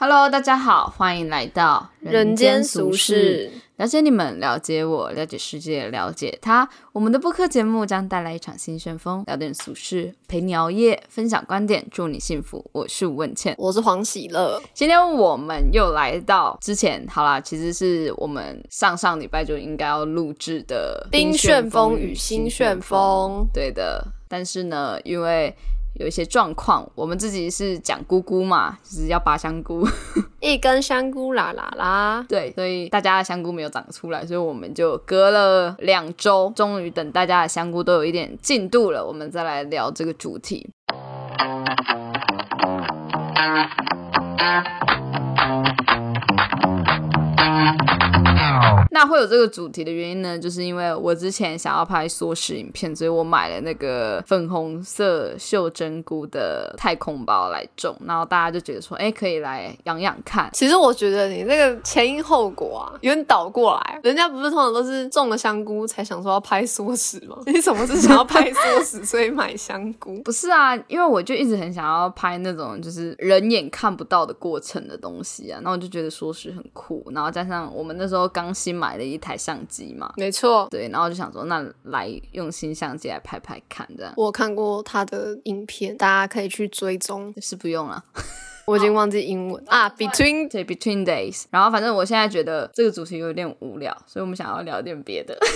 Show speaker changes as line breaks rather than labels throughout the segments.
Hello，大家好，欢迎来到
人间俗事，
了解你们，了解我，了解世界，了解他。我们的播客节目将带来一场新旋风，聊点俗事，陪你熬夜，分享观点，祝你幸福。我是吴文倩。
我是黄喜乐，
今天我们又来到之前，好啦，其实是我们上上礼拜就应该要录制的《
冰旋风与新旋风》。
对的，但是呢，因为有一些状况，我们自己是讲菇菇嘛，就是要拔香菇，
一根香菇啦啦啦，
对，所以大家的香菇没有长出来，所以我们就隔了两周，终于等大家的香菇都有一点进度了，我们再来聊这个主题。那会有这个主题的原因呢，就是因为我之前想要拍缩时影片，所以我买了那个粉红色袖珍菇的太空包来种，然后大家就觉得说，哎，可以来养养看。
其实我觉得你这个前因后果啊，有点倒过来。人家不是通常都是种了香菇才想说要拍缩食吗？ 你怎么是想要拍缩食，所以买香菇？
不是啊，因为我就一直很想要拍那种就是人眼看不到的过程的东西啊，那我就觉得缩时很酷，然后加上我们那时候刚新买了一台相机嘛，
没错，
对，然后就想说那来用新相机来拍拍看，这样
我有看过他的影片，大家可以去追踪。
是不用 了。
我已经忘记英文啊，Between
对，Between Days，然后反正我现在觉得这个主题有点无聊，所以我们想要聊点别的。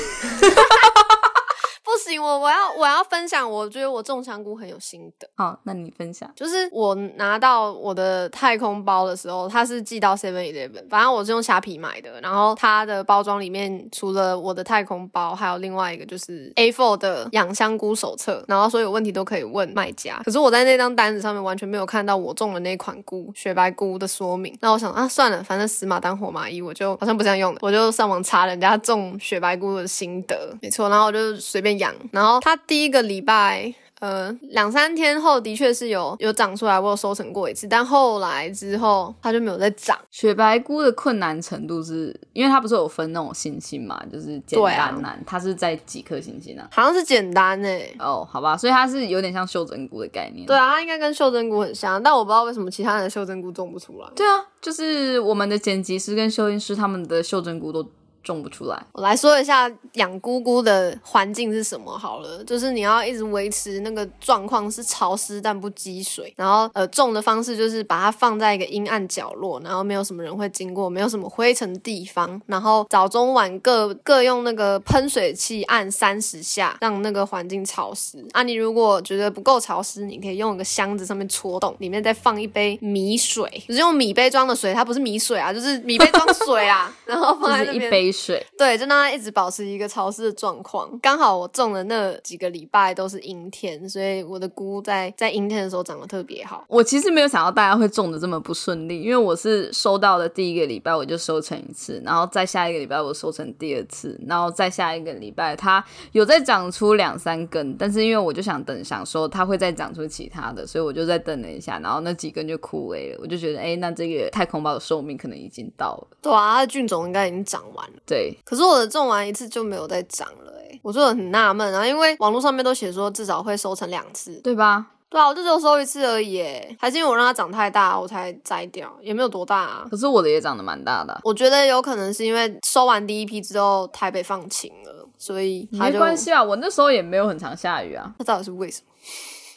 不行，我我要我要分享，我觉得我种香菇很有心得。
好，那你分享。
就是我拿到我的太空包的时候，它是寄到 Seven Eleven，反正我是用虾皮买的。然后它的包装里面除了我的太空包，还有另外一个就是 A4 的养香菇手册。然后所有问题都可以问卖家。可是我在那张单子上面完全没有看到我种的那款菇雪白菇的说明。那我想啊，算了，反正死马当活马医，我就好像不这样用的，我就上网查人家种雪白菇的心得，没错。然后我就随便养。然后它第一个礼拜呃，两三天后的确是有有长出来，我有收成过一次，但后来之后它就没有再长。
雪白菇的困难程度是，因为它不是有分那种星星嘛，就是简
对啊
单难，它是在几颗星星啊？
好像是简单哎、
哦，好吧，所以它是有点像袖珍菇的概念。
对啊，它应该跟袖珍菇很像，但我不知道为什么其他人的袖珍菇种不出来。
对啊，就是我们的剪辑师跟修音师他们的袖珍菇都种不出来。
我来说一下养菇菇的环境是什么好了，就是你要一直维持那个状况是潮湿但不积水，然后呃种的方式就是把它放在一个阴暗角落，然后没有什么人会经过，没有什么灰尘的地方，然后早中晚各各用那个喷水器按三十下，让那个环境潮湿。啊，你如果觉得不够潮湿，你可以用一个箱子上面戳洞，里面再放一杯米水，就是用米杯装的水，它不是米水啊，就是米杯装水啊，然后
就
放在
是
那
一
边。
杯水，
对，就让它一直保持一个潮湿的状况。刚好我种的那几个礼拜都是阴天，所以我的菇在在阴天的时候长得特别好。
我其实没有想到大家会种的这么不顺利，因为我是收到的第一个礼拜我就收成一次，然后再下一个礼拜我收成第二次，然后再下一个礼拜它有再长出两三根，但是因为我就想等，想说它会再长出其他的，所以我就再等了一下，然后那几根就枯萎了，我就觉得哎、诶那这个太空包的寿命可能已经到了。
对啊，它的菌种应该已经长完了，
对，
可是我的种完一次就没有再长了、欸。我就很纳闷啊，因为网络上面都写说至少会收成两次，
对吧？
对啊，我就只有收一次而已、欸，还是因为我让它长太大，我才摘掉，也没有多大啊。
可是我的也长得蛮大的啊、
我觉得有可能是因为收完第一批之后，台北放晴了，所以它
没
就
关系啊，我那时候也没有很常下雨啊。
那到底是为什么？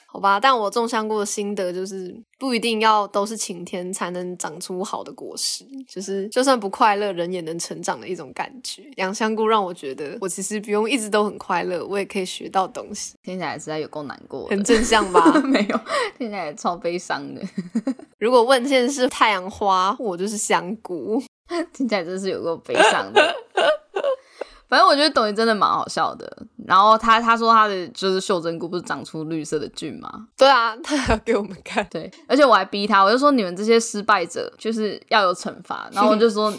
好吧，但我种香菇的心得就是，不一定要都是晴天才能长出好的果实，就是就算不快乐，人也能成长的一种感觉。养香菇让我觉得，我其实不用一直都很快乐，我也可以学到东西，
听起来实在有够难过的？
很，正向吧
没有，听起来超悲伤的。
如果问现是太阳花，我就是香菇。
听起来真是有够悲伤的。 反正我觉得董宇真的蛮好笑的。然后他他说他的就是袖珍菇不是长出绿色的菌吗？
对啊，他还要给我们看。
对，而且我还逼他，我就说你们这些失败者就是要有惩罚。然后我就说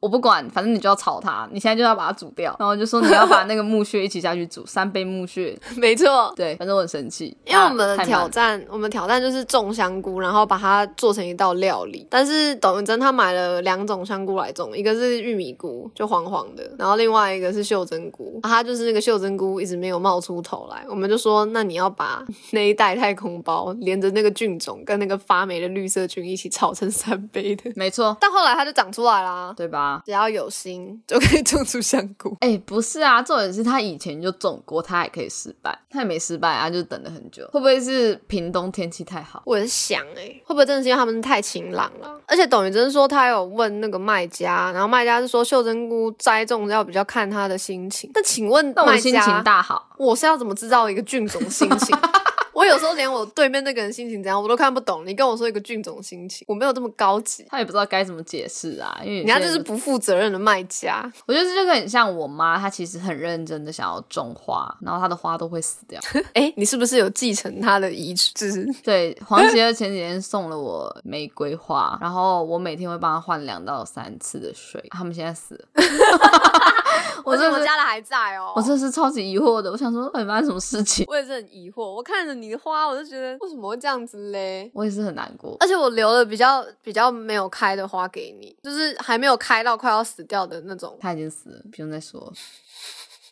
我不管，反正你就要炒它，你现在就要把它煮掉。然后就说你要把那个木屑一起下去煮，三杯木屑。
没错。
对，反正我很生气，
因为我
啊
们的
太慢
挑
了
战，我们挑战就是种香菇，然后把它做成一道料理。但是董云珍她买了两种香菇来种，一个是玉米菇，就黄黄的，然后另外一个是袖珍菇。啊她就是那个袖珍菇一直没有冒出头来，我们就说，那你要把 那一袋太空包连着那个菌种跟那个发霉的绿色菌一起炒成三杯的。
没错，
但后来它就长出来啦，
对吧？
只要有心就可以种出香菇。
哎、不是啊，重点是他以前就种过，他还可以失败，他也没失败啊，就等了很久。会不会是屏东天气太好？
我很想哎、会不会真的是因为他们太晴朗了？而且董宇真说他有问那个卖家，然后卖家是说袖珍菇栽种要比较看他的心情。但请问
但我
卖
心情
家，
大好，
我是要怎么知道一个菌种心 情？我有时候连我对面那个人心情怎样我都看不懂，你跟我说一个菌种心情，我没有这么高级。
他也不知道该怎么解释啊，因为有
人家
些
就是
人
不负责任的卖家，
我觉得这就很像我妈，她其实很认真的想要种花，然后她的花都会死掉。
哎、你是不是有继承他的遗志？
对，黄 杰儿前几天送了我玫瑰花，然后我每天会帮她换两到三次的水，他们现在死了。 我真
我
的是，
家的还在哦，
我真的是超级疑惑的，我想说，到哎底发生什么事情？
我也是很疑惑，我看着你的花，我就觉得为什么会这样子嘞？
我也是很难过。
而且我留了比较比较没有开的花给你，就是还没有开到快要死掉的那种，
他已经死了，不用再说了。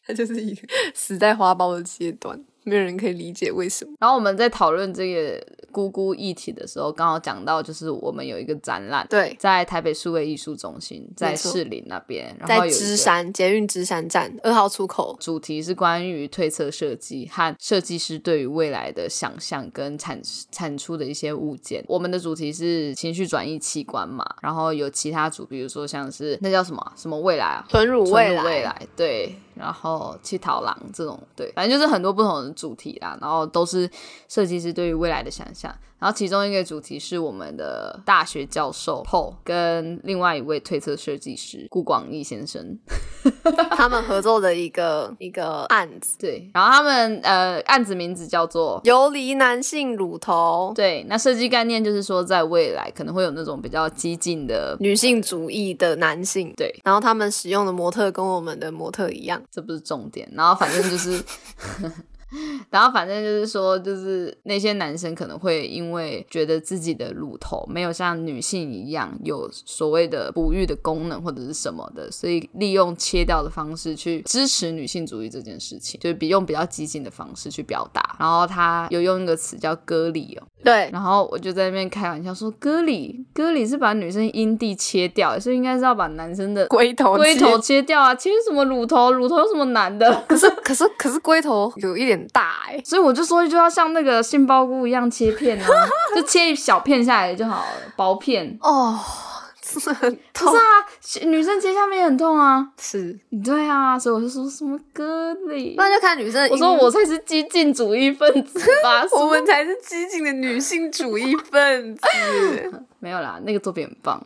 它就是一个 死在花苞的阶段，没有人可以理解为什么。
然后我们在讨论这个姑姑议题的时候，刚好讲到就是我们有一个展览，
对，
在台北数位艺术中心，在
没错
士林那边，然后
在
有一
芝
个
山捷运芝山站二号出口，
主题是关于推测设计和设计师对于未来的想象跟产产出的一些物件。我们的主题是情绪转移器官嘛，然后有其他组，比如说像是那叫什么啊什么未来啊，
纯乳
未
未
来
来，
未来对，然后七桃郎这种对，反正就是很多不同的主题啦，然后都是设计师对于未来的想象。然后其中一个主题是我们的大学教授 Paul 跟另外一位推测设计师顾广义先生，
他们合作的一个一个案子，
对，然后他们呃案子名字叫做
游离男性乳头。
对，那设计概念就是说，在未来可能会有那种比较激进的，
女性主义的男性，
对，
然后他们使用的模特跟我们的模特一样，
这不是重点。然后反正就是， 然后反正就是说，就是那些男生可能会因为觉得自己的乳头没有像女性一样有所谓的哺育的功能或者是什么的，所以利用切掉的方式去支持女性主义这件事情，就是比用比较激进的方式去表达。然后他有用一个词叫割礼哦，
对，
然后我就在那边开玩笑说，割礼，割礼是把女生阴蒂切掉，所以应该是要把男生的
龟头
龟头哦切掉啊，切什么乳头，乳头有什么难的？
可是可是可是龟头有一点大哎、
所以我就说就要像那个杏鲍菇一样切片啊，就切一小片下来就好了，薄片。
哦，真的很痛
是，啊，女生切下面也很痛啊。
是，
对啊，所以我就说什么割礼，
那就看女生的阴。
我说我才是激进主义分子 吧。
我们才是激进的女性主义分子，
没有啦，那个作品很棒，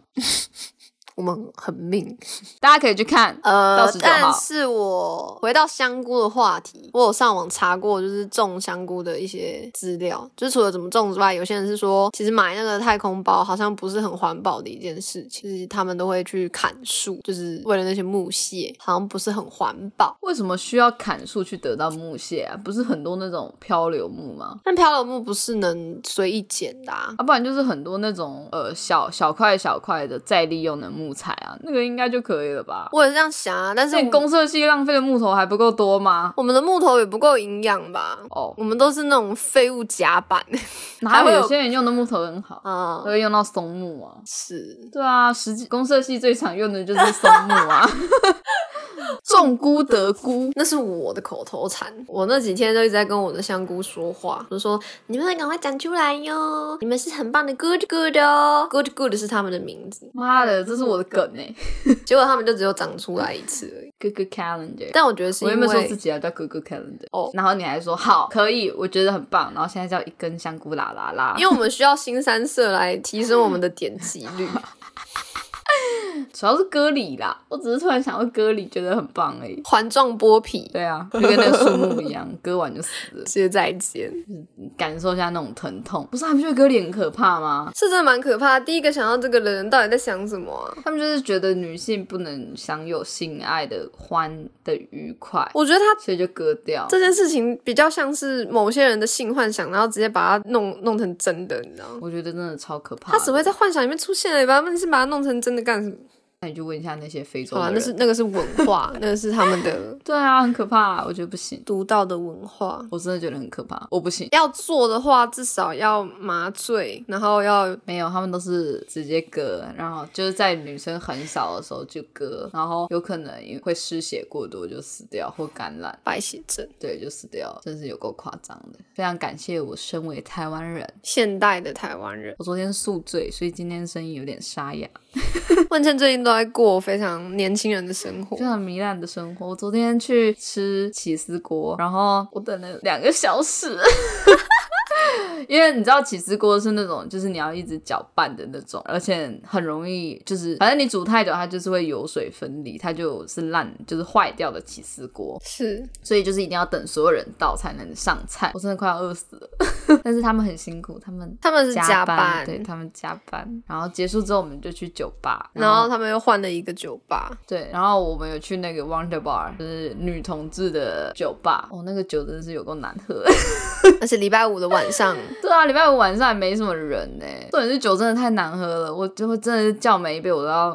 我们很命。
大家可以去看。到
呃
19，号
但是我回到香菇的话题，我有上网查过，就是种香菇的一些资料，就是除了怎么种之外，有些人是说，其实买那个太空包好像不是很环保的一件事情，就是他们都会去砍树，就是为了那些木屑，好像不是很环保。
为什么需要砍树去得到木屑啊？不是很多那种漂流木吗？
但漂流木不是能随意捡的、啊，
啊，不然就是很多那种呃小小块小块的再利用的木材啊，那个应该就可以了吧？
我也是这样想啊，但是
这
我
公社系浪费的木头还不够多吗？
我们的木头也不够营养吧？
哦，
我们都是那种废物甲板，
哪
还会
有
有
有些人用的木头很好，
啊
都，会用到松木啊。
是
对啊，实际公社系最常用的就是松木啊， 种菇得菇。，
那是我的口头禅。我那几天都一直在跟我的香菇说话，我就说你们赶快讲出来哟，你们是很棒的 good good 哦，good good 是他们的名字
妈的，这是我的梗哎、欸，
结果他们就只有长出来一次而已。
哥哥 calendar。
但我觉得是
我原
因
本说自
为。
己要叫哥哥 calendar，
哦
然后你还说好可以，我觉得很棒，然后现在叫一根香菇啦啦啦，
因为我们需要新三色来提升我们的点击率，
主要是割礼啦，我只是突然想到割礼，觉得很棒而已。
环状剥皮，
对啊，就跟那个树木一样，割完就死了，
直接再见，
感受一下那种疼痛。不是，他们觉得割礼很可怕吗？
是真的蛮可怕的。第一个想到这个的人到底在想什么啊？
他们就是觉得女性不能享有性爱的欢的愉快，
我觉得他
所以就割掉。
这件事情比较像是某些人的性幻想，然后直接把它弄弄成真的，你知道吗？
我觉得真的超可怕
他
的。
只会在幻想里面出现而已吧？问题是把它弄成真的干什么？
那你就问一下那些非洲
好了，
的
啊那
人，
是那个是文 化，那个是他们的
对啊，很可怕、我觉得不行，
独到的文化。
我真的觉得很可怕，我不行。
要做的话，至少要麻醉，然后要
没有，他们都是直接割，然后就是在女生很少的时候就割，然后有可能因为会失血过多就死掉或感染，
白血症。
对，就死掉，真是有够夸张的。非常感谢我身为台湾人，
现代的台湾人，
我昨天宿醉，所以今天声音有点沙哑，
万茜最近都在过非常年轻人的生活
非。常糜烂的生活。我昨天去吃起司锅，然后我等了两个小时。 因为你知道起司锅是那种，就是你要一直搅拌的那种，而且很容易就是，反正你煮太久，它就是会油水分离，它就是烂，就是坏掉的起司锅，
是，
所以就是一定要等所有人到才能上菜。我真的快要饿死了， 但是他们很辛苦，他们
他们是
加
班，
对他们加班。然后结束之后，我们就去酒吧，
然后他们又换了一个酒吧，
对，然后我们有去那个 Wonder Bar，就是女同志的酒吧。哦，那个酒真的是有够难喝。
而且礼拜五的晚上，
对啊，礼拜五晚上也没什么人呢、重点是酒真的太难喝了，我就会真的是叫每一杯我都要，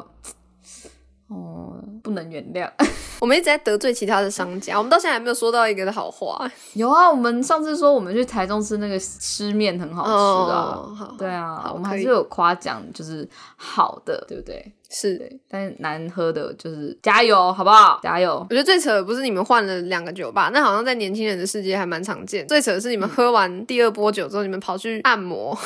哦，不能原谅。
我们一直在得罪其他的商家，我们到现在还没有说到一个的好话。
有啊，我们上次说我们去台中吃那个吃面很好吃啊。
哦，好，
对啊
好，
我们
可
还
以
是有夸奖，就是好的，对不对？
是。
对，但是难喝的就是加油，好不好？加油！
我觉得最扯的不是你们换了两个酒吧，那好像在年轻人的世界还蛮常见。最扯的是你们喝完第二波酒之后，你们跑去按摩，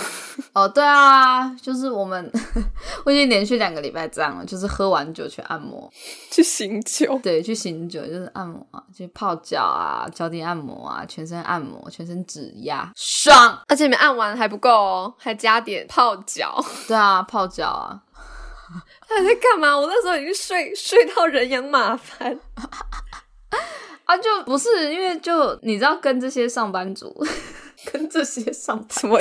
哦，对啊，就是我们， 我已经连续两个礼拜这样了，就是喝完酒去按摩，
去醒酒。
对，去醒酒就是按摩啊，去泡脚啊，脚底按摩啊，全身按摩，全身指压，爽。
而且你们按完还不够哦，还加点泡脚。
对啊，泡脚啊，
他在干嘛？我那时候已经睡睡到人仰马翻。
啊就不是因为就你知道跟这些上班族， 跟这些上班
什么？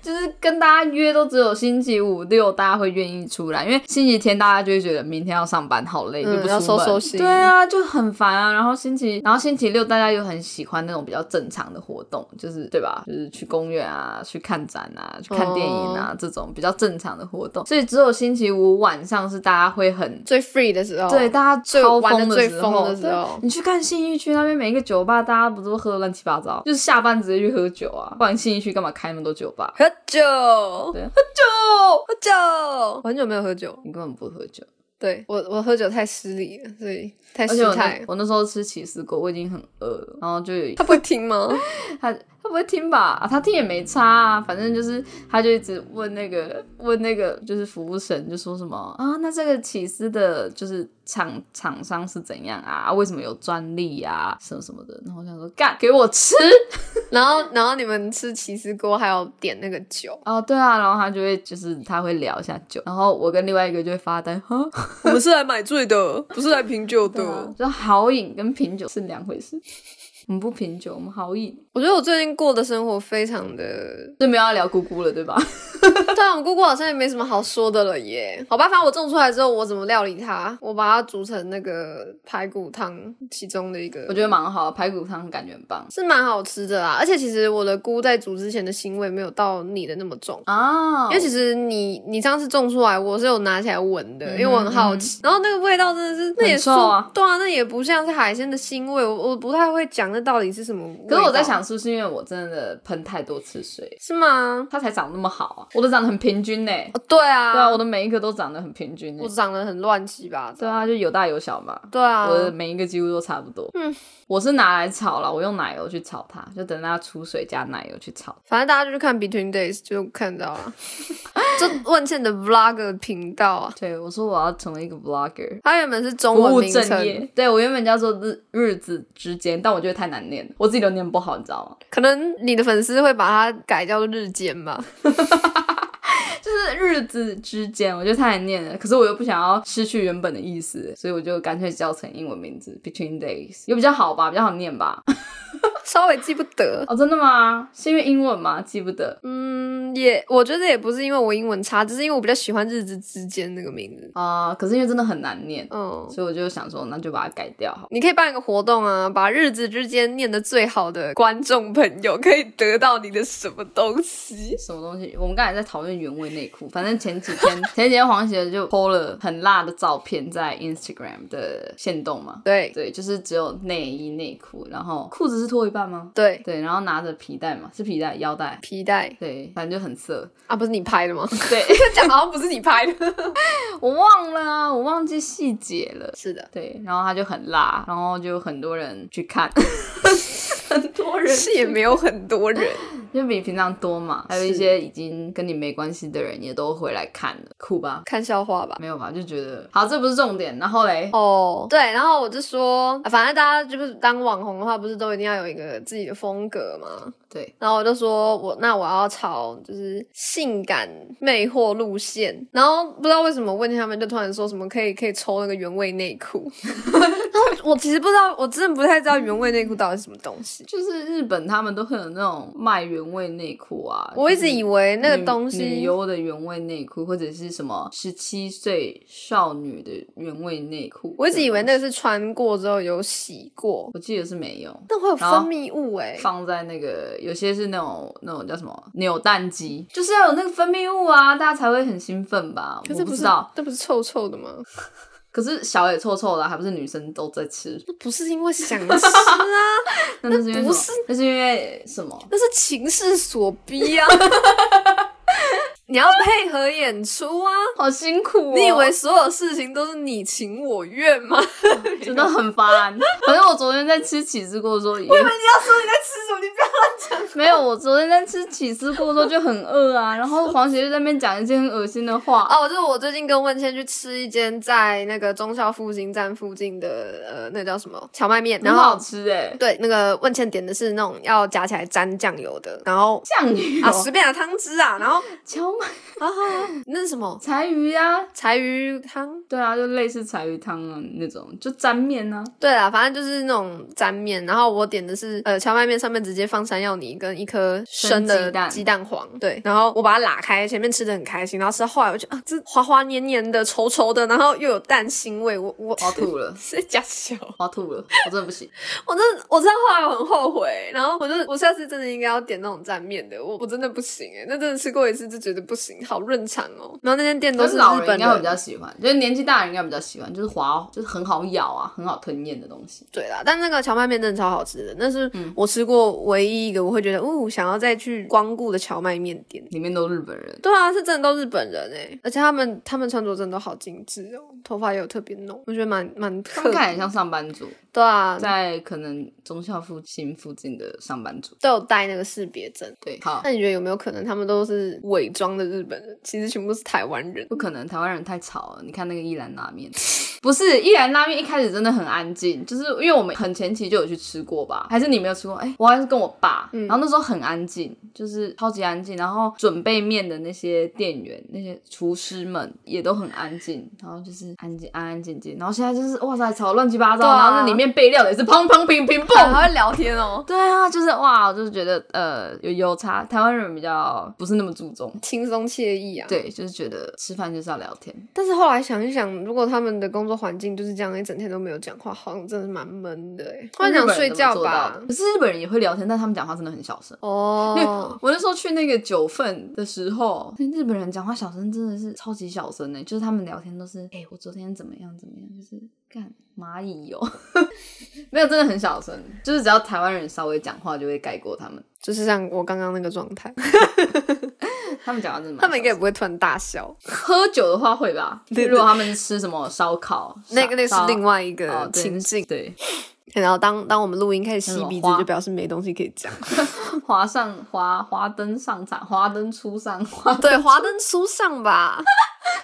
就是跟大家约都只有星期五六大家会愿意出来，因为星期天大家就会觉得明天要上班好累，
嗯
就不
要
出门。
收收心
对啊，就很烦啊。然后星期，然后星期六大家又很喜欢那种比较正常的活动，就是对吧？就是去公园啊，去看展啊，去看电影啊、这种比较正常的活动。所以只有星期五晚上是大家会很。
最 free 的时候，
对，大家
哦最
超
玩得
疯
最
时
疯
候，
的时
对
候
你去看信义区那边每一个酒吧，大家不都喝得乱七八糟？就是下班直接去喝酒啊，不然信义区干嘛开那么多酒吧？
喝酒，
对，
酒，喝酒。我很久没有喝酒，
你根本不喝酒，
对我我喝酒太失礼了，所以太
而
失
且我
态
那。我那时候吃起司锅，我已经很饿了，然后就有
他不会听吗？
他他不会听吧？啊，他听也没差啊，反正就是他就一直问那个问那个就是服务生，就说什么啊，那这个起司的就是厂厂商是怎样啊？啊为什么有专利啊？什么什么的？然后我想说干给我吃 ，
然后，然后你们吃起司锅还有点那个酒
哦，对啊，然后他就会就是他会聊一下酒，然后我跟另外一个就会发呆，哈，
我们是来买醉的，不是来品酒
对啊，就好饮跟品酒是两回事， 我们不品酒，我们好饮，
我觉得我最近过的生活非常的，
就没有要聊姑姑了，对吧？
对啊，我们姑姑好像也没什么好说的了耶。好吧，反正我种出来之后，我怎么料理它？我把它煮成那个排骨汤其中的一个，
我觉得蛮好的，排骨汤感觉很棒
是蛮好吃的啦。啊而且其实我的菇在煮之前的腥味没有到你的那么重。
啊
哦因为其实你你上次种出来，我是有拿起来闻的，
嗯
因为我很好奇。然后那个味道真的是，那也
很臭啊
说对啊，那也不像是海鲜的腥味，我我不太会讲那到底是什么味道。
可是我在想，是不是因为我真的喷太多次水，
是吗？
它才长那么好啊？我都长得很平均呢、
哦，对啊，
对啊，我的每一个都长得很平均呢、
我长得很乱七八糟。
对啊，就有大有小嘛。
对啊，
我的每一个几乎都差不多。
嗯，
我是拿来炒了，我用奶油去炒它，就等它出水加奶油去炒。
反正大家就去看 Between Days 就看到了， 就万茜的 Vlog 频道啊，
对，我说我要成为一个 vlogger。
它原本是中
不
文
务
名
正
称，
业，对我原本叫做日日子之间，但我觉得太难念了，我自己都念不好，你知道吗？
可能你的粉丝会把它改叫做日间吧。
就是的日子之间，我就太难念了。可是我又不想要失去原本的意思，所以我就干脆叫成英文名字 Between Days，也比较好吧，比较好念吧。
稍微记不得。
哦，真的吗？是因为英文吗？记不得。
嗯，也我觉得也不是因为我英文差，只是因为我比较喜欢“日之之间”那个名字。
啊、可是因为真的很难念，
嗯，
所以我就想说，那就把它改掉好了。
你可以办一个活动啊，把日子之间念得最好的观众朋友可以得到你的什么东西？
什么东西？我们刚才在讨论原味内裤，反正前几天前几天黄喜儿就 PO 了很辣的照片在 Instagram 的限动嘛，
对
对，就是只有内衣内裤，然后裤子是脱一半吗？
对，
对，然后拿着皮带嘛，是皮带腰带，
皮带
对，反正就很 色。
啊，不是你拍的吗？
对
讲好像不是你拍的。
我忘了啊，我忘记细节了。
是的，
对，然后他就很辣，然后就很多人去看， 很多人
是也没有很多人。
就比平常多嘛，还有一些已经跟你没关系的人也都回来看了，酷吧？
看笑话吧。
没有吧？就觉得好，这不是重点。然后嘞，
哦，对，然后我就说，啊反正大家就是当网红的话，不是都一定要有一个自己的风格吗？
对，
然后我就说我那我要朝就是性感魅惑路线，然后不知道为什么问题他们就突然说什么可以可以抽那个原味内裤， 然后我其实不知道，我真的不太知道原味内裤到底是什么东西。
就是日本他们都会有那种卖原味内裤啊，
我一直以为那个
女
东
女
西，
优的原味内裤，或者是什么十七岁少女的原味内裤，
我一直以为那个是穿过之后有洗过，
我记得是没有。
那会有分
然后
泌物哎、
放在那个有些是那种那种叫什么扭蛋机，就是要有那个分泌物啊，大家才会很兴奋吧？
可
我
是
不
不
知
是
道，，
这不是臭臭的吗？
可是小野臭臭的啊、还不是女生都在吃？
不是因为想吃 啊，
那那是因为什
不
么
是？
那是因为什么？
那是情势所逼啊！ 你要配合演出啊！
好辛苦、哦！
你以为所有事情都是你情我愿 吗？
真的很 烦？反正我昨天在吃起司锅的时候，我以为
你要说你在吃什么？你不要
没有，我昨天在吃起司锅的时候就很饿 啊，然后黄姐就在那边讲一些很恶心的话。
哦，就是我最近跟问倩去吃一间在那个中校复兴站附近的呃，那叫什么荞麦面，然
很好
后
吃哎、
对那个问倩点的是那种要夹起来沾酱油的，然后
酱油、
啊随便的汤汁啊，然后
荞麦
啊那是什么
柴鱼啊，
柴鱼汤？
对啊，就类似柴鱼汤啊那种，就沾面啊。
对啦，反正就是那种沾面，然后我点的是呃荞麦面，上面直接放山药泥跟一颗生
生
的
鸡蛋
鸡蛋黄，对，然后我把它拉开，前面吃的很开心，然后吃到后来我就啊，这滑滑黏黏的、稠稠的，然后又有蛋腥味，我 我
我要吐了，
是在假笑，
我要吐了，我真的不行。
我真的我真的后来我很后悔，然后我就我下次真的应该要点那种沾面的，我我真的不行哎、那真的吃过一次就觉得不行，好润肠哦。然后那间店 都
都
是
是
日
老
本
人应该会比较喜欢，就是年纪大的人应该比较喜欢，就是滑，就是很好咬啊，很好吞咽的东西。
对啦，但那个荞麦面真的超好吃的，那是我吃过唯一一个我会觉得，哦，想要再去光顾的荞麦面店。
里面都日本人，
对啊，是真的都日本人哎、而且他们他们穿着真的都好精致哦，头发也有特别浓，我觉得蛮蛮
他
特
们看起来很像上班族，
对啊，
在可能中校附近附近的上班族。
都有带那个识别证。
对，好，
那你觉得有没有可能他们都是伪装的日本人，其实全部是台湾 人？
不可能，台湾人太吵了。你看那个一兰拉面，不是一兰拉面一开始真的很安静，就是因为我们很前期就有去吃过吧，还是你没有吃过？哎、我还是跟我爸，
嗯
然后那时候很安静，就是超级安静，然后准备面的那些店员、那些厨师们也都很安静，然后就是安静安安静静，然后现在就是哇塞，吵得乱七八糟，
对啊
然后那里面备料的也是砰砰乒乒
哇
砰。
还会聊天哦，
对啊，就是哇，我就是觉得呃有有差，台湾人比较不是那么注重，
轻松惬意啊。
对，就是觉得吃饭就是要聊天，
但是后来想一想，如果他们的工作环境就是这样，一整天都没有讲话，好像真的蛮闷的哎。突然想睡觉吧。
可是日本人也会聊天，但他们讲话真的很小声。因为
哦，
我那时候去那个九份的时候，日本人讲话小声真的是超级小声呢、欸就是他们聊天都是，哎、我昨天怎么样怎么样，就是干蚂蚁哟、 没有真的很小声，就是只要台湾人稍微讲话就会盖过他们，
就是像我刚刚那个状态，
他们讲话真的蛮
他们应该
小
也不会突然大笑，
声喝酒的话会吧，
对
如果他们吃什么烧烤，
那个那是
烧
另外一
啊哦
个
对
情境。
对，
然后当当我们录音开始吸鼻子
那种花，
就表示没东西可 以讲。
华上华华灯上场，华灯初上，华
对，华灯初上吧，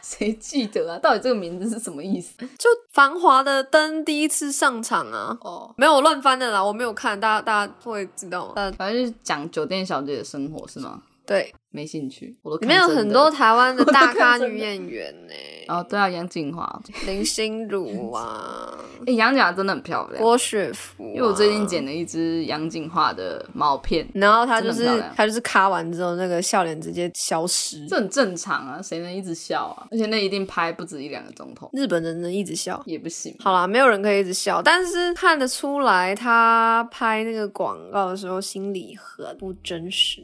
谁记得啊？到底这个名字是什么意思？
就繁华的灯第一次上场啊。
哦，
没有我
呃
乱翻的啦，我没有看，大家大家会知道吗？大家
反正就是讲酒店小姐的生活是吗？
对，
没兴趣，我都
里
看
面有
真的
很多台湾的
我都
大
看
咖
真的
女演员呢、
哦，对啊，杨静华，
林心 如啊，
哎、杨静华真的很漂亮，
郭雪芙、
啊
啊
因为我最近。剪了一支杨静华的毛片，
然后她就
真的很
是
漂亮
她就是咔完之后，那个笑脸直接消失。
这很正常啊，谁能一直笑啊？而且那一定拍不止一两个钟头，
日本人能一直笑，
也不行。
好啦，没有人可以一直笑，但是看得出来，他拍那个广告的时候心里很不真实，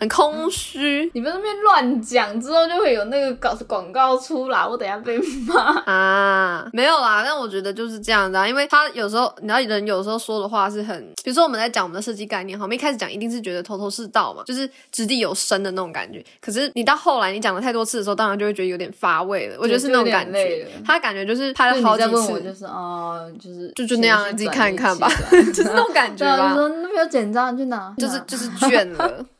很空虚
你们那边乱讲，之后就会有那个广广告出来，我等一下被骂。
啊。没有啦，但我觉得就是这样子啊，因为他有时候，你知道人有时候说的话是很，比如说我们在讲我们的设计概念，好，我们一开始讲一定是觉得头头是道嘛，就是掷地有声的那种感觉。可是你到后来你讲了太多次的时候，当然就会觉得有点乏味了。我觉得是那种感
就有点累
觉
了，
他感觉就是 拍
就
了
你
好几
在
次，
问我，就是哦，就是
就就那样，
情
你
绪
自己
转
看一
移
看吧，
起来
就是那种感觉
对啊，
吧
就。说那边有剪章，你去拿，
就是
拿
就是倦了。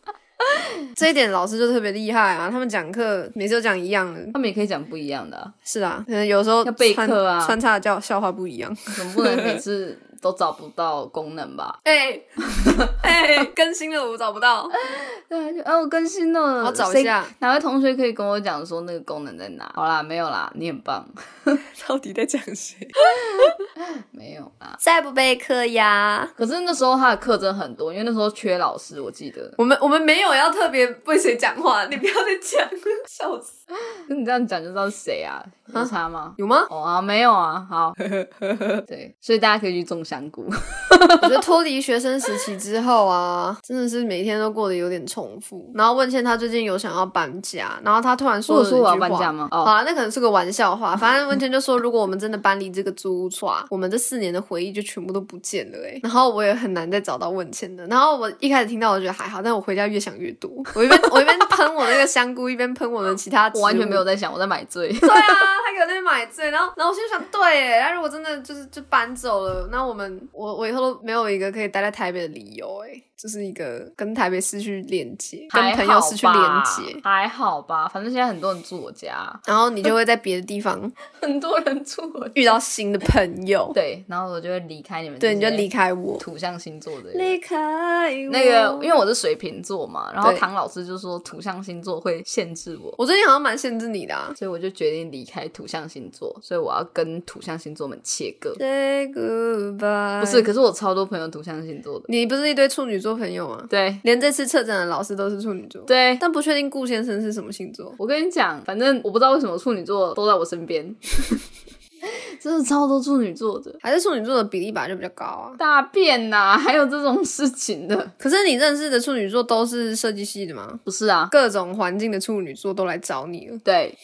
这一点老师就特别厉害啊，他们讲课每次都讲一样的。
他们也可以讲不一样 的、啊，
是啊，可能有时候
要备
穿
课啊
穿插的教笑话不一样。
总不能每次都找不到功能吧？
哎哎，更新了我找不到，
对啊，就哦，我更新了，
我找一
谁
下
哪位同学可以跟我讲说那个功能在哪？好啦，没有啦，你很棒，
到底在讲谁？
没有啦。
再不备课呀！
可是那时候他的课真的很多，因为那时候缺老师，我记得。
我们我们没有要特别为谁讲话，你不要再讲，笑死！
跟你这样讲就知道是谁啊？有差吗？
有吗？
哦啊，没有啊， 好，对，所以大家可以去种香菇。
我觉得脱离学生时期之后啊，真的是每天都过得有点重复。然后问倩她最近有想要搬家，然后她突然说
我
了一句
说我
话
要搬家吗？
好
哦，
啦，那可能是个玩笑话。反 正文倩就说，如果我们真的搬离这个租屋处啊，我们这四年的回忆就全部都不见了哎、欸。然后我也很难再找到文倩的。然后我一开始听到我觉得还好，但我回家越想越多。我一边我一 边喷我那个香菇，一边喷我的其他植物
我完全没有。在想，我在买醉。
对啊，他给我那边买醉，然后然后我心里想，对欸，他如果真的就是就搬走了，那我们我我以后都没有一个可以待在台北的理由哎、欸，就是一个跟台北失去连接， 跟朋友失去连接。
还好吧，反正现在很多人住我家，
然后你就会在别的地方
很多人住我家，
遇到新的朋 友，
对，然后我就会离开你们，
对，你就离开我，
土象星座的人
离开我
那个，因为我是水瓶座嘛，然后
对
唐老师就说土象星座会限制我，
我最近好像蛮限制你的、啊。
所以我就决定离开土象星座，所以我要跟土象星座们切割。
Say goodbye。
不是，，可是我超多朋友土象星座的，
你不是一堆处女座朋友吗？
对
连这次策展的老师都是处女座，，
对。
但不确定顾先生是什么星座。
我跟你讲，反正我不知道为什么处女座都在我身边， 真的超多处女座的，
还是处女座的比例本来就比较高啊，
大便呐、还有这种事情的，
可是你认识的处女座都是设计系的吗？
不是啊？
各种环境的处女座都来找你了，
对，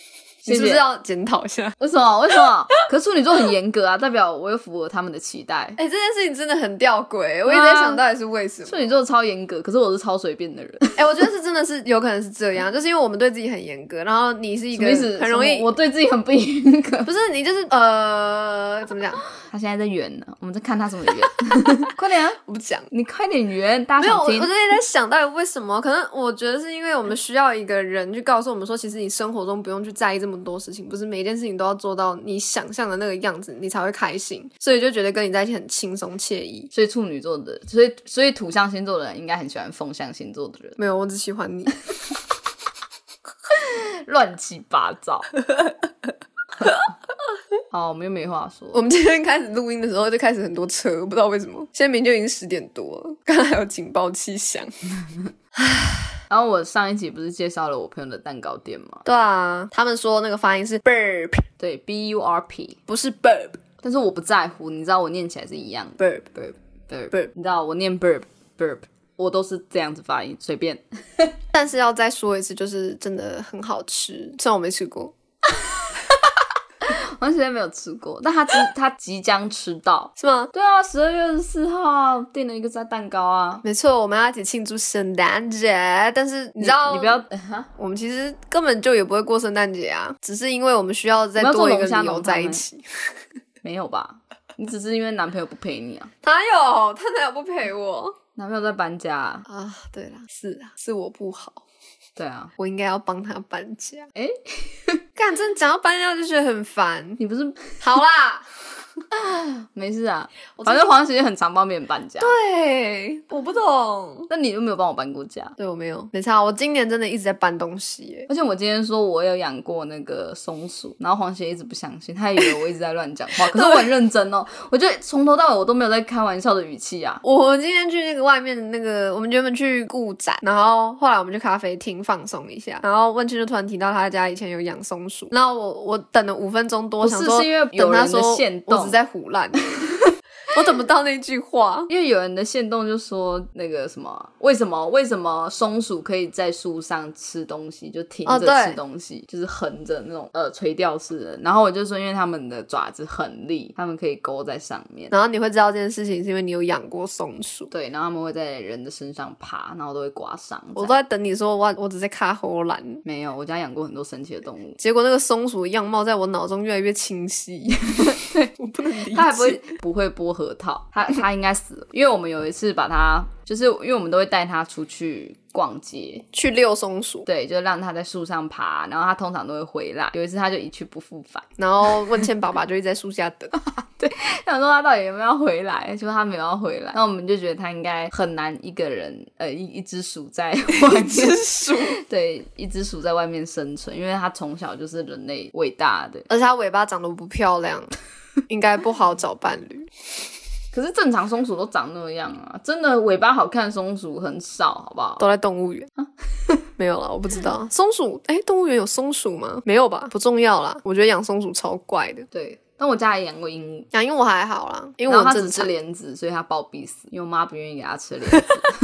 谢
你是不是
谢。
要检讨一下？
为什么？为什么？ 可是处女座很严格啊，代表我又符合他们的期待。
哎、这件事情真的很吊诡，我一直在想到底是为什么。
处女座超严格，可是我是超随便的人。
哎、我觉得是真的是有可能是这样，就是因为我们对自己很严格，然后你是一
什
个
么意思？
很容
什
易
么，我对自己很不严格。
不是你就是呃怎么讲？
他现在在圆呢，我们在看他怎么圆。 快点啊！
我不讲。
你快点圆，大
没
家
有，我
想
我最
听
近。在想到底为什么？可能我觉得是因为我们需要一个人去告诉我们说，其实你生活中不用去在意这么多事情，不是每一件事情都要做到你想象的那个样子，你才会开心。所以就觉得跟你在一起很轻松惬意。
所以处女座的，所以所以土象星座的人应该很喜欢风象星座的人，
没有，我只喜欢你。
乱七八糟。 好，我们又没话说。
我们今天开始录音的时候就开始很多车，不知道为什么。现在明明就已经十点多了，刚才还有警报器响。
然后我上一集不是介绍了我朋友的蛋糕店吗？
对啊，他们说那个发音是 burp，
对，B U R P，
不是 burp
但是我不在乎，你知道我念起来是一样的
burp burp。
burp，,
Burp
你知道我念 burp burp，我都是这样子发音，随便。
但是要再说一次，就是真的很好吃，虽然我没吃过。
我现在没有吃过，但他知他即将吃到。
是吗？
对啊，十二月二十四号啊，订了一个炸蛋糕啊。
没错，我们要一起庆祝圣诞节，但是你知道，
你不要，
我们其实根本就也不会过圣诞节啊，只是因为我们需要再
我们要做
多一个
龙虾
理由
浓汤
在一
欸
起。
没有吧？你只是因为男朋友不陪你啊，
哪 有？他哪有不陪我
男朋友在搬家、啊。
啊？对啦，是啊，是我不好，
对啊，
我应该要帮他搬家。
诶
干，真的讲到搬家就觉得很烦。
你不是
好啦，
没事啊，
我
反
真
正
的
黄喜很常帮别人搬家，
啊对，我不懂。
但你又没有帮我搬过家。
对我没有，没差。我今年真的一直在搬东西耶，
而且我今天说我有养过那个松鼠，然后黄喜一直不相信，他以为我一直在乱讲话，可是我很认真哦，我就从头到尾我都没有在开玩笑的语气啊。
我今天去那个外面的那个，我们原本去顾展，然后后来我们去咖啡厅放松一下，然后问清就突然提到他家以前有养松鼠，然后我我等了五分钟多，
不是
想说
是因为有
等他
人的
说
限
我
动
只在胡乱，我等不到那句话。
因为有人的线动就说那个什么，为什么为什么松鼠可以在树上吃东西，就停
哦
着
对
吃东西，就是横着那种呃垂钓式的。然后我就说，因为它们的爪子很利，它们可以勾在上面。
然后你会知道这件事情，是因为你有养过松鼠。
对，然后它们会在人的身上爬，然后都会刮伤这样。
我都在等你说我我只在卡喉兰，
没有，我家养过很多神奇的动物，
结果那个松鼠的样貌在我脑中越来越 清晰。对我不能理解，
它还不会不会剥核桃，它它应该死了，因为我们有一次把它，就是因为我们都会带它出去逛街，
去遛松鼠，
对，就让它在树上爬，然后它通常都会回来。有一次它就一去不复返，
然后问倩爸爸就一直在树下等。
想说它到底有没有要回来，结果它没有要回来，那我们就觉得它应该很难一个人，呃，一一只鼠在外面，
鼠，
对，一只鼠在外面生存，因为它从小就是人类伟大的。
而且它尾巴长得不漂亮，应该不好找伴侣。
可是正常松鼠都长那样啊，真的尾巴好看的松鼠很少，好不好？
都在动物园， 没有啦，我不知道松鼠。哎，动物园有松鼠吗？没有吧，不重要啦。我觉得养松鼠超怪的，
对，但我家也养过鹦鹉，
养鹦鹉还好啦，因
因
为
为
我
它
正
只吃
常。
莲子，所以它暴毙死，因为我妈不愿意给它吃莲子。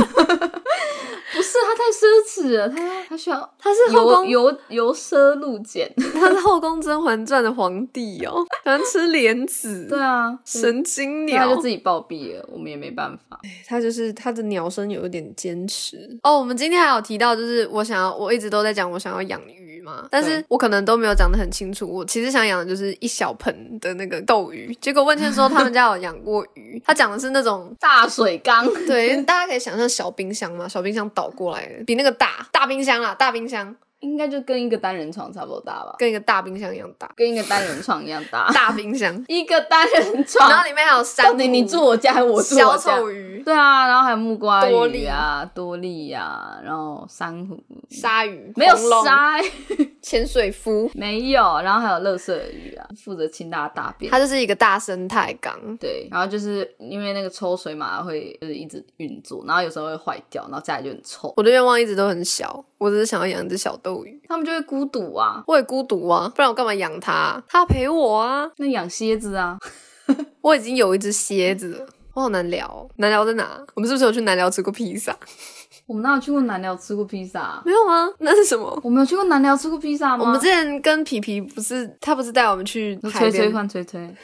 不是，它太奢侈了，它它需要
它是后
由
宫，
由由奢入俭。
它是后宫《甄嬛传》的皇帝哦，喜欢吃莲子，
对啊，
神经
它
鸟
就。自己暴毙了，我们也没办法。
他就是他的鸟声有一点坚持哦。我们今天还有提到，就是我想要，我一直都在讲我想要养鱼嘛，但是
对
我可能都没有讲得很清楚。我其实想养的就是一小盆的那个斗鱼，结果问倩说他们家有养过鱼，他讲的是那种。
大水缸，
对，大家可以想象小冰箱嘛，小冰箱倒过来的，比那个大大冰箱啦，大冰箱
应该就跟一个单人床差不多大吧，
跟一个大冰箱一样大，
跟一个单人床一样大，，
大冰箱
一个单人
然后
床。
里面还有珊
到
瑚，
底你住我家，还是我住我
小
家？
丑鱼、
对啊，然后还有木瓜
多
鱼啊、多利呀、然后珊瑚，
鲨鱼、
没有
红龙、
鲨，
潜水夫，
没有，然后还有乐色鱼啊，负责清大家大便。
它就是一个大生态缸。
对，然后就是因为那个抽水马会就是一直运作，然后有时候会坏掉，然后家里就很臭，
我的愿望一直都很小，我只是想要养一只小斗鱼。
他们就会孤独啊。
我也孤独啊，不然我干嘛养它、它要陪我啊。
那养蝎子啊，
我已经有一只蝎子了，我好难聊、哦。难聊在哪？我们是不是有去南寮吃过披萨？
我们哪有去过南寮吃过披萨、啊？
没有吗？那是什么？
我们有去过南寮吃过披萨吗？
我们之前跟皮皮不是，他不是带我们去海
吹
边
吹，换吹吹，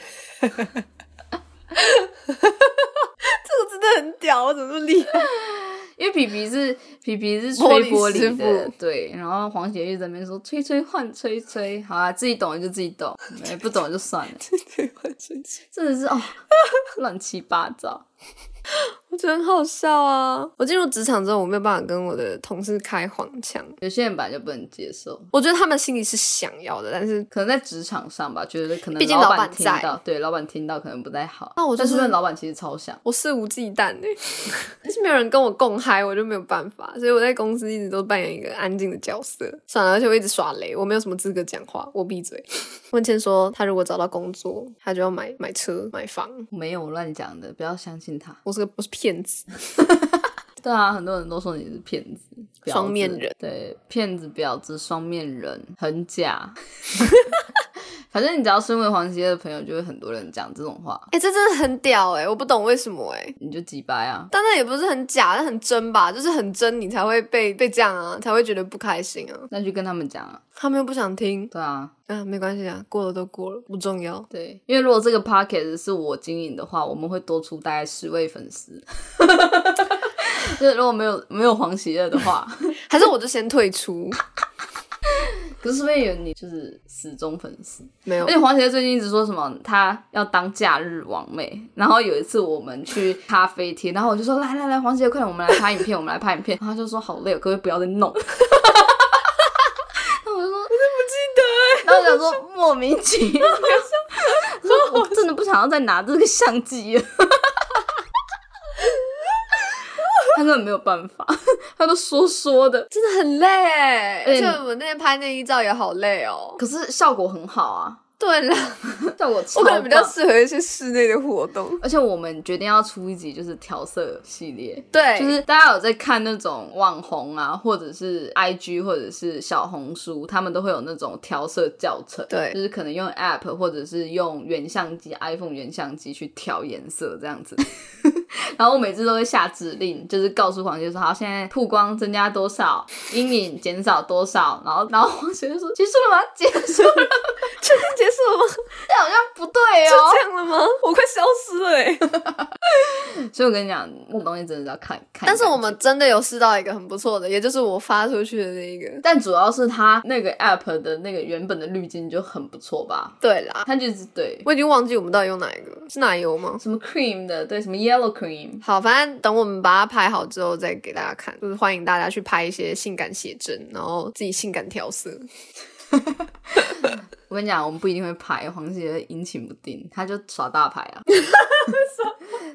这个真的很屌，我怎么那么厉害？
因为皮皮是皮皮是吹
玻璃
玻
师
璃的
傅，
对。然后黄姐玉在那边说吹吹换吹吹，好啊，自己懂的就自己懂，哎不懂的就算了，真的是哦，乱七八糟。
我觉得很好笑啊！我进入职场之后，我没有办法跟我的同事开黄腔，
有些人本来就不能接受，
我觉得他们心里是想要的，但是
可能在职场上吧，觉得可能
毕竟
老
老板
听
在
到，对老板听到可能不太好。
那我就
但是
是
问老板其实超想，
我肆无忌惮哎、 但是没有人跟我共嗨，我就没有办法，所以我在公司一直都扮演一个安静的角色。算了，而且我一直耍雷，我没有什么资格讲话，我闭嘴。 问倩说，她如果找到工作，她就要买买车、买房。
没有我乱讲的，不要相信他。
我是个不是骗子，
对啊，很多人都说你是骗子，婊子
双面人。
对，骗子、婊子、双面人，很假。 反正你只要身为黄杰的朋友，就会很多人讲这种话，
哎、这真的很屌哎、我不懂为什么哎、
你就鸡掰啊！
但那也不是很假，但很真吧，就是很真，你才会被被这样啊，才会觉得不开心啊。
那就跟他们讲啊，
他们又不想听，
对啊，
啊，没关系啊，过了都过了，不重要。
对，因为如果这个 p o c k e t 是我经营的话，我们会多出大概十位粉丝。 就是如果没有没有黄喜乐的话，
还是我就先退出，
可是会有你就是死忠粉丝。
没 有
而。且黄杰最近一直说什么他要当假日王妹，然后有一次我们去咖啡厅，然后我就说来来来，黄杰快点，我们来拍影片，我们来拍影片。然后他就说好累哦，可不可以不要再弄？ 那我
欸
就说我都不记得，然后我想说莫名其妙，说我真的不想常常在拿这个相机了。 他根本没有办法，他都说说的，
真的很累哎、
而
而
且
且
你
我们那天拍那一照也好累哦。
可是效果很好啊，
对啦，
效果超
我可能比较
棒
适合一些室内的活动。
而且我们决定要出一集就是调色系列，
对，
就是大家有在看那种网红啊，或者是 IG 或者是小红书，他们都会有那种调色教程，
对
就是可能用 App 或者是用原相机 iPhone 原相机去调颜色这样子。 然后我每次都会下指令，就是告诉黄杰说：“好，现在曝光增加多少，阴影减少多少。”然后，然后黄杰就说：“结束了吗？结束了，
确定结束了吗？
这好像不对
就
哦。
这样了吗？ 我快消失了哎、”
所以我跟你讲，这种东西真的是要看看。
但是我们真的有试到一个很不错的，也就是我发出去的那一个。
但主要是它那个 app 的那个原本的滤镜就很不错吧？
对啦，
它就是对
我已经忘记我们到底用哪一个，是奶油吗？
什么 cream 的，对什么 yellow cream，
好，反正等我们把它拍好之后再给大家看，就是欢迎大家去拍一些性感写真，然后自己性感调色。
我跟你讲，我们不一定会拍，黄杰阴晴不定，他就耍大牌 啊。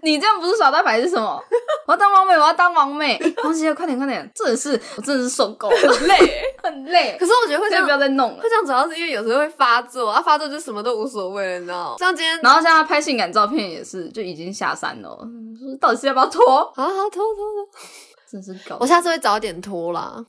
你这样不是耍大牌是什么？我要当王美，我要当王美，黄杰快点快点！真的是，我真的是受够了，
很累，
很累
可，是我觉得会这
所以
样
不，要再弄了
会。这样主要是因为有时候会发作，啊发作就什么都无所谓了，你知道吗？像今 天
然后像他拍性感照片也是，就已经下山了，嗯说到底是要不要脱？
啊，好脱脱脱，
真是搞
我下次会早点脱啦。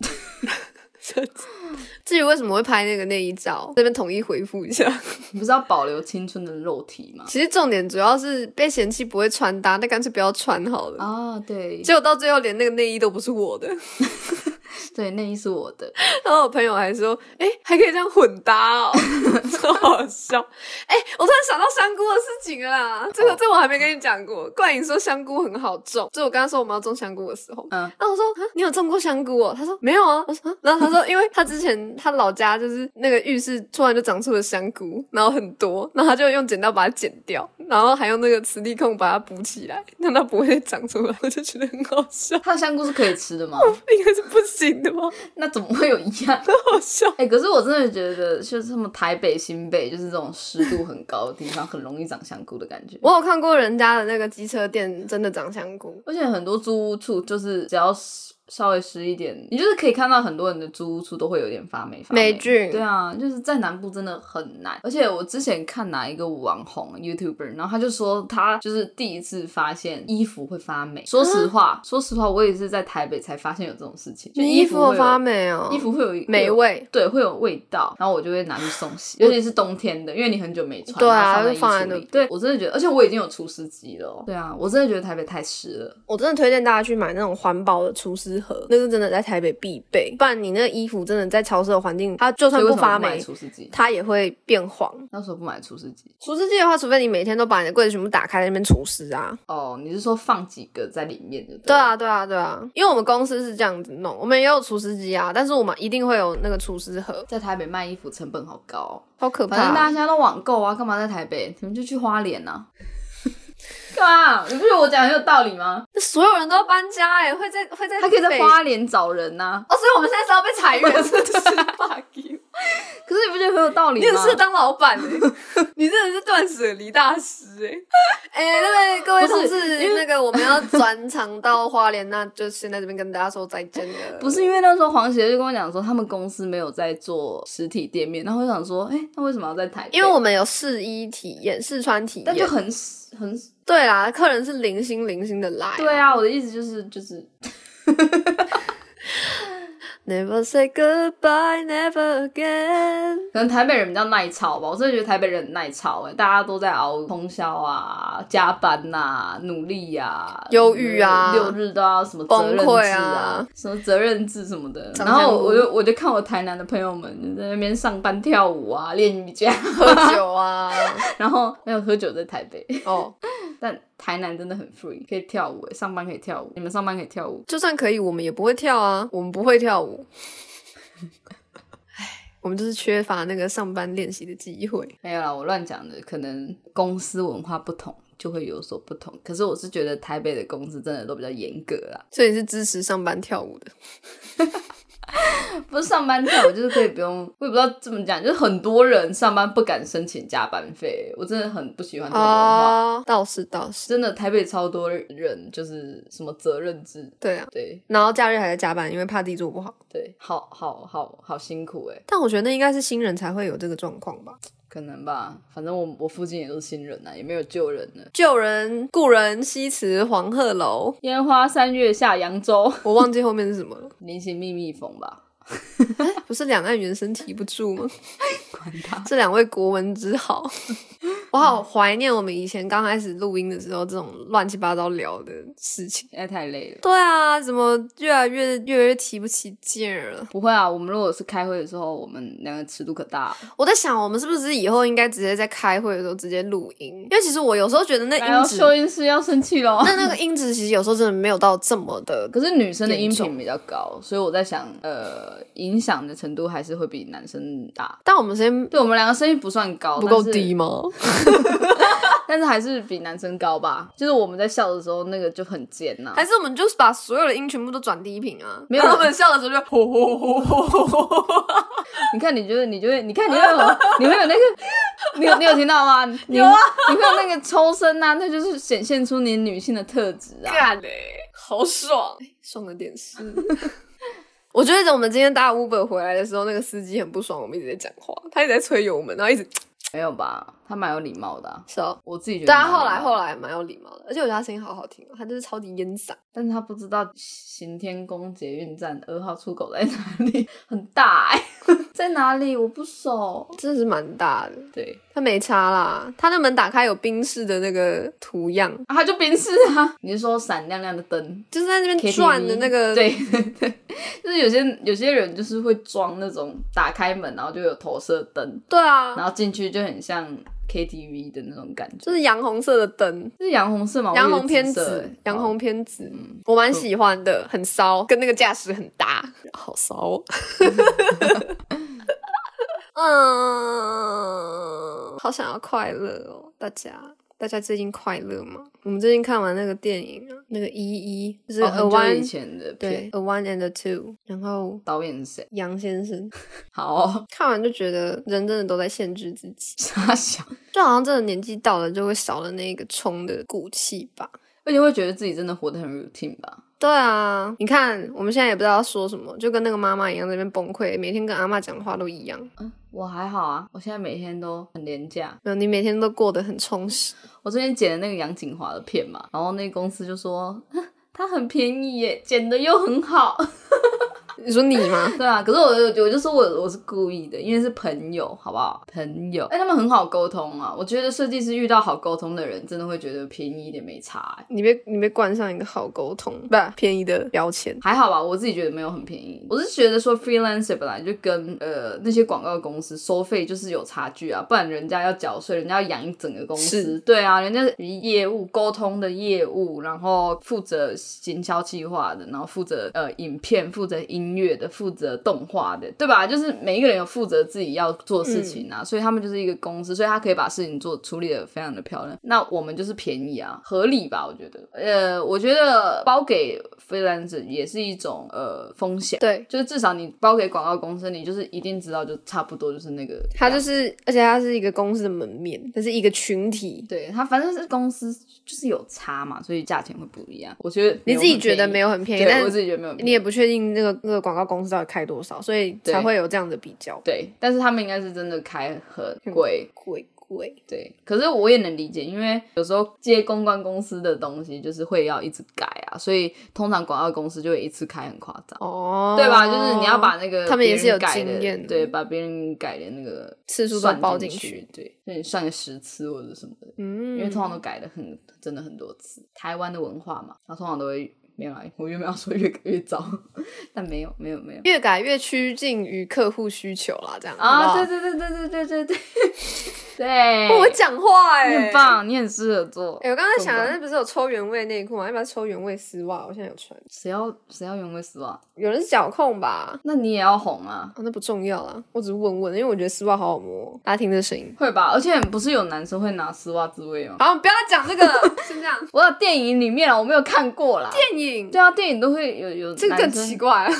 至于为什么会拍那个内衣照，这边统一回复一下。
你不是要保留青春的肉体吗？
其实重点主要是被嫌弃不会穿搭，那干脆不要穿好了。
啊，对，
结果到最后连那个内衣都不是我的，
对，内衣是我的。
然后我朋友还说：“哎、还可以这样混搭哦， 超好笑。哎、我突然想到香菇的事情了啦，这个、
哦
这我还没跟你讲过。冠颖说香菇很好种，就我刚刚说我们要种香菇的时候，
嗯，
那我说啊，你有种过香菇哦？他说没有啊。我说啊，然后他说，因为他之前他老家就是那个浴室突然就长出了香菇，然后很多，然后他就用剪刀把它剪掉，然后还用那个磁力控把它补起来，让它不会长出来。我就觉得很好笑，
它的香菇是可以吃的吗？
应该是不行的吧？
那怎么会有一样？
好笑。
哎、可是我真的觉得，就是他们台北、新北，就是这种湿度很高的地方，很容易长香菇的感觉。
我有看过人家的那个机车店真的长香菇，
而且很多租屋处，就是只要稍微湿一点，你就是可以看到很多人的租屋处都会有点发霉发霉
霉菌
对啊，就是在南部真的很难。而且我之前看哪一个网红 YouTuber，然后他就说他就是第一次发现衣服会发霉。说实话，说实话，我也是在台北才发现有这种事情，就
啊你衣
服
服
会
有
有
发霉哦，
衣服会有
霉。味，
对，会有味道，然后我就会拿去送洗，尤其是冬天的，因为你很久没穿，
对啊
然后
就放
在衣
在
橱
那
里。对我真的觉得，而且我已经有除湿机了哦。对啊，我真的觉得台北太湿了。
我真的推荐大家去买那种环保的除湿盒，那是真的在台北必备，不然你那个衣服真的在潮湿的环境，它就算
所以为什
不
么
发
不买
霉，
除湿机？
它也会变黄。
那时候不买除湿机
除湿机的话，除非你每天都把你的柜子全部打开在那边除湿啊。
哦，你是说放几个在里面的？
对，啊，对啊，对啊，因为我们公司是这样子弄，我们也有除湿机啊，但是我们一定会有那个除湿盒，
在台北卖衣服成本好高哦、
好可怕。
反正大家现在都网购啊，干嘛在台北？你们就去花莲 呐、啊。干嘛？你不觉得我讲很有道理吗？
那所有人都要搬家哎、会在会在
还可以在
北
花莲找人啊呐、
哦，所以我们现在是要被裁员，真的是 bug。
可是你不觉得很有道理
你很
吗？
适合当老板 哎、你真的是断舍离大师哎、 哎、那位各位
不
同
是
事，那个我们要转场到花莲，那就先在这边跟大家说再见了。
不是因为那时候黄杰就跟我讲说，他们公司没有在做实体店面，然后我想说，哎、那为什么要在台北？
因为我们有试衣体验、试穿体验，
但就很很
对啦，客人是零星零星的来、
对啊，我的意思就是就是
，Never say goodbye, never again。
可能台北人比较耐操吧，我真的觉得台北人很耐操哎、大家都在熬通宵啊、加班呐、努力呀、
忧郁啊
六日都要什么责任
崩
制
溃啊
什么责任制什么的。
长
然后
相
我就我就看我台南的朋友们就在那边上班跳舞啊、练瑜伽，
喝酒啊，
然后没有喝酒在台北，
哦，
但台南真的很 free，可以跳舞欸、上班可以跳舞，你们上班可以跳舞。
就算可以，我们也不会跳啊，我们不会跳舞。唉，我们就是缺乏那个上班练习的机会。
没有啦，我乱讲的，可能公司文化不同就会有所不同。可是我是觉得台北的公司真的都比较严格啦。
所以你是支持上班跳舞的？
不是上班假，我就是可以不用， 我也不知道怎么讲，就是很多人上班不敢申请加班费，我真的很不喜欢这种文化。
哦，倒是倒是，
真的，台北超多人就是什么责任制，
对啊。
对
然后假日还在加班，因为怕自己做不好。
对，好好好好辛苦哎、
但我觉得那应该是新人才会有这个状况吧。
可能吧，反正我我附近也都是新人啊呐、也没有旧人了。
旧人故人西辞黄鹤楼，
烟花三月下扬州，
我忘记后面是什么了。
菱形密密缝吧，
不是两岸猿声啼不住吗？
管他。
这两位国文之 好，我好怀念我们以前刚开始录音的时候这种乱七八糟聊的事情。
现在太累了。
对啊，怎么越来越越来越提不起劲儿了？
不会啊，我们如果是开会的时候，我们两个尺度可大了。
我在想，我们是不是以后应该直接在开会的时候直接录音？因为其实我有时候觉得那
来哦，
音质，
收音师要生气喽。
那那个音质其实有时候真的没有到这么的
可是女生的音
严
频
重
比较高，所以我在想，呃，影响的程度还是会比男生大。
但我们时间
对我们两个声音不算高，
不够
但是
低吗？
但是还是比男生高吧。就是我们在笑的时候，那个就很尖 呐、
还是我们就是把所有的音全部都转低频啊？
没有
然后我们笑的时候就吼吼吼吼吼吼吼吼吼。
你看，你觉得，你就会，你看，你会有， 你会有那个，你有你有听到吗？你
有啊，
你会有那个抽声啊，那就是显现出你女性的特质啊。
干嘞、好爽！爽的点 是，我觉得我们今天搭 Uber 回来的时候，那个司机很不爽，我们一直在讲话，他一直在吹油门，然后一直
没有吧？她蛮有礼貌的啊、
是哦。
我自己觉得。
对啊，后来后，来蛮有礼貌的，而且我觉得他声音好好听哦，他就是超级烟嗓。
但是她不知道行天宫捷运站二号出口在哪里，很大哎、 在哪里？我不熟。
真的是蛮大的。
对，
他没差啦，他那门打开有冰室的那个图样，
啊，她就冰室啊。你是说闪亮亮的灯？
就是在那边
KTV
转的那个，
对对对， 就是有些有些人就是会装那种打开门然后就有投射灯，
对啊，
然后进去就很像 KTV 的那种感觉，
就是洋红色的灯，
是洋红色嘛？
洋红偏
紫
紫，洋
哦
红偏紫，我
嗯
蛮喜欢的，很骚，跟那个驾驶很搭，好骚、哦。 嗯，好想要快乐哦，大家。大家最近快乐吗？我们最近看完那个电影啊，那个一一就是
哦
A
很久以
One，、
前的
对
片，
A One and a Two，然后
导演是谁？
杨先生
好哦，
看完就觉得人真的都在限制自己，
傻小，
就好像真的年纪到了就会少了那个冲的骨气吧。
而且会觉得自己真的活得很 routine 吧？
对啊，你看我们现在也不知道要说什么，就跟那个妈妈一样，在那边崩溃，每天跟阿妈讲话都一样。
嗯，我还好啊，我现在每天都很廉价。
没有，你每天都过得很充实。
我最近剪的那个杨景华的片嘛，然后那个公司就说。 它很便宜耶，剪的又很好。
你说你吗？
对啊，可是我我我就说我我是故意的，因为是朋友，好不好？朋友，哎、他们很好沟通啊。我觉得设计师遇到好沟通的人，真的会觉得便宜一点没差、欸。
你被你被冠上一个好沟通不便宜的标签。
还好吧，我自己觉得没有很便宜。我是觉得说 freelancer 本来就跟呃那些广告公司收费就是有差距啊，不然人家要缴税，人家要养一整个公司
是，
对啊，人家是业务沟通的业务，然后负责行销计划的，然后负责呃影片，负责音乐的，负责动画的，对吧？就是每一个人有负责自己要做的事情啊，所以他们就是一个公司，所以他可以把事情做处理的非常的漂亮。那我们就是便宜啊，合理吧？我觉得，呃，我觉得包给 freelancer 也是一种呃风险。
对，
就是至少你包给广告公司，你就是一定知道，就差不多就是那个样子，
它就是，而且它是一个公司的门面，它是一个群体。
对他，反正是公司就是有差嘛，所以价钱会不一样。我觉得
你自己觉得
有
没有很
很
便宜，
便宜，对，
但
我自己觉得没有很便宜，
你也不确定那个那个广告公司到底开多少，所以
对
才会有这样的比较。
对，但是他们应该是真的开很
嗯
贵，
贵贵。
对。可是我也能理解，因为有时候接公关公司的东西就是会要一直改啊，所以通常广告公司就会一次开很夸张。
哦，
对吧？就是你要把那个
他们也是有
别人改的
经验的
对，把别人改的那个
次数都
算
包进
进
去。，
对，所以你算个十次或者什么的，
嗯，
因为通常都改的很真的很多次。台湾的文化嘛，它通常都会没有啦。我原本要说越改越糟， 但没有没有没有
越改越趋近于客户需求啦，这样
啊！对
对
对对对对对对对对，
我会讲话哎、
你很棒，你很适合做。
哎、我刚刚想
懂
的
懂
那不是有抽原味内裤吗？要不要抽原味丝袜？我现在有穿，
谁要谁要原味丝袜？
有人是脚控吧？
那你也要红啊，
啊，那不重要啦，我只是问问，因为我觉得丝袜好好摸哦。大家听这声音，
会吧？而且不是有男生会拿丝袜自慰吗？
好，不要再讲这个， 先这样。
我有电影里面啊，我没有看过啦。
电影，
对啊，电影都会有有
这个更
男生
奇怪啊了。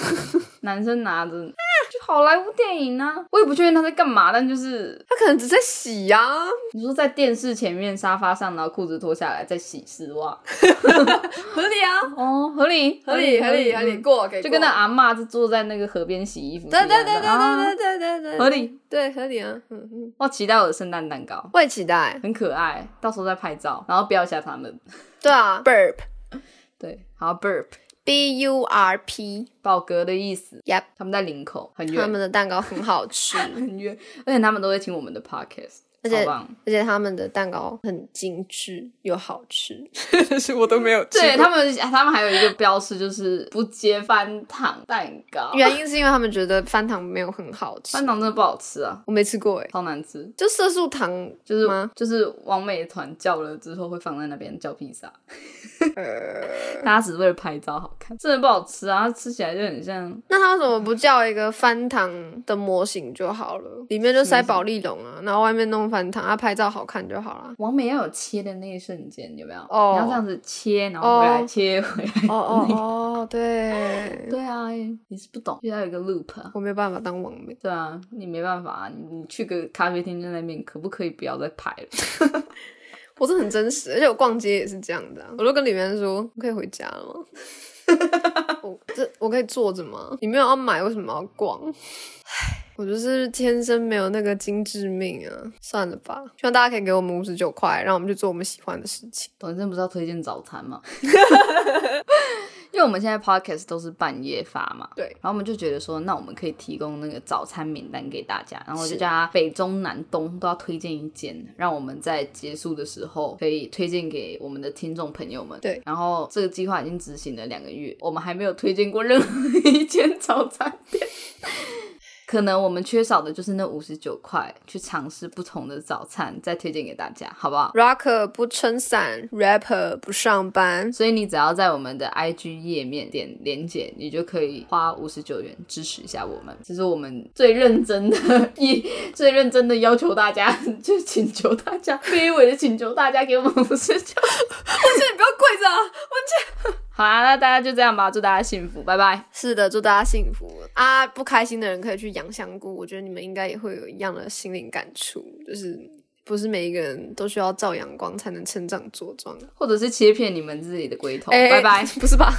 男生拿着， 就好莱坞电影啊，我也不确定他在干嘛，但就是
他可能只在洗呀、啊，
你说在电视前面沙发上，然后裤子脱下来再洗丝袜，
合理啊，
哦，合理
合理合理合理，
嗯
过给过，
就跟那阿嬷就坐在那个河边洗衣服是一
对
样的，
对对对对
啊
对对对，
合，理。
对合理啊，嗯嗯，
我期待我的圣诞蛋糕，
我也期待，
很可爱，到时候再拍照，然后标一下他们。
对啊，burp
对，好 burp
b u r p，
饱嗝的意思，
Yep
他们在林口很
他
远
们的蛋糕很好吃，
很远，而且他们都会听我们的 podcast，
而且
好棒。
而且他们的蛋糕很精致又好 吃，是我都没有吃
对
过
他们，啊他们还有一个标识就是不接翻糖蛋糕，
原因是因为他们觉得翻糖没有很好吃，
翻糖真的不好吃啊，
我没吃过哎，
超难吃。
就色素糖
就是
吗？
就是王美团叫了之后会放在那边叫披萨，
呃，
大家只是为了拍照好看，真的不好吃啊！它吃起来就很像
那他为什么不叫一个翻糖的模型就好了？里面就塞保利龙啊，然后外面弄翻糖，啊，拍照好看就好了。
王美要有切的那一瞬间，有没有？
哦
你要这样子切，然后回来、
哦
切回 来。
哦哦哦，对，
对啊，你是不懂，就要有一个 loop 啊。
我没有办法当网美。
对啊，你没办法啊，你你去个咖啡厅在那边，可不可以不要再拍了？
我是很真实，而且我逛街也是这样的啊、我都跟李媛说，我可以回家了吗？ 我这我可以坐着吗？你没有要买，为什么要逛？唉，我就是天生没有那个精致命啊，算了吧。希望大家可以给我们五十九块，让我们去做我们喜欢的事情。
董先生不是要推荐早餐吗？ 因为我们现在 podcast 都是半夜发嘛，
对
然后我们就觉得说，那我们可以提供那个早餐名单给大家，然后我就是叫他北中南东都要推荐一间，让我们在结束的时候可以推荐给我们的听众朋友们。
对
然后这个计划已经执行了两个月，我们还没有推荐过任何一间早餐 店。可能我们缺少的就是那五十九块，去尝试不同的早餐，再推荐给大家，好不好？
Rocker 不撑伞，Rapper 不上班，
所以你只要在我们的 IG 页面点连结，你就可以花五十九元支持一下我们。这是我们最认真的 一最认真的要求大家， 就请求大家卑微的请求大家给我们五十九。
你不要跪着、啊。
好啦，那大家就这样吧，祝大家幸福，拜拜。
是的，祝大家幸福啊！不开心的人可以去养香菇，我觉得你们应该也会有一样的心灵感触，就是不是每一个人都需要照阳光才能成长茁壮。啊
或者是切片你们自己的龟头，
哎
拜拜。
不是吧？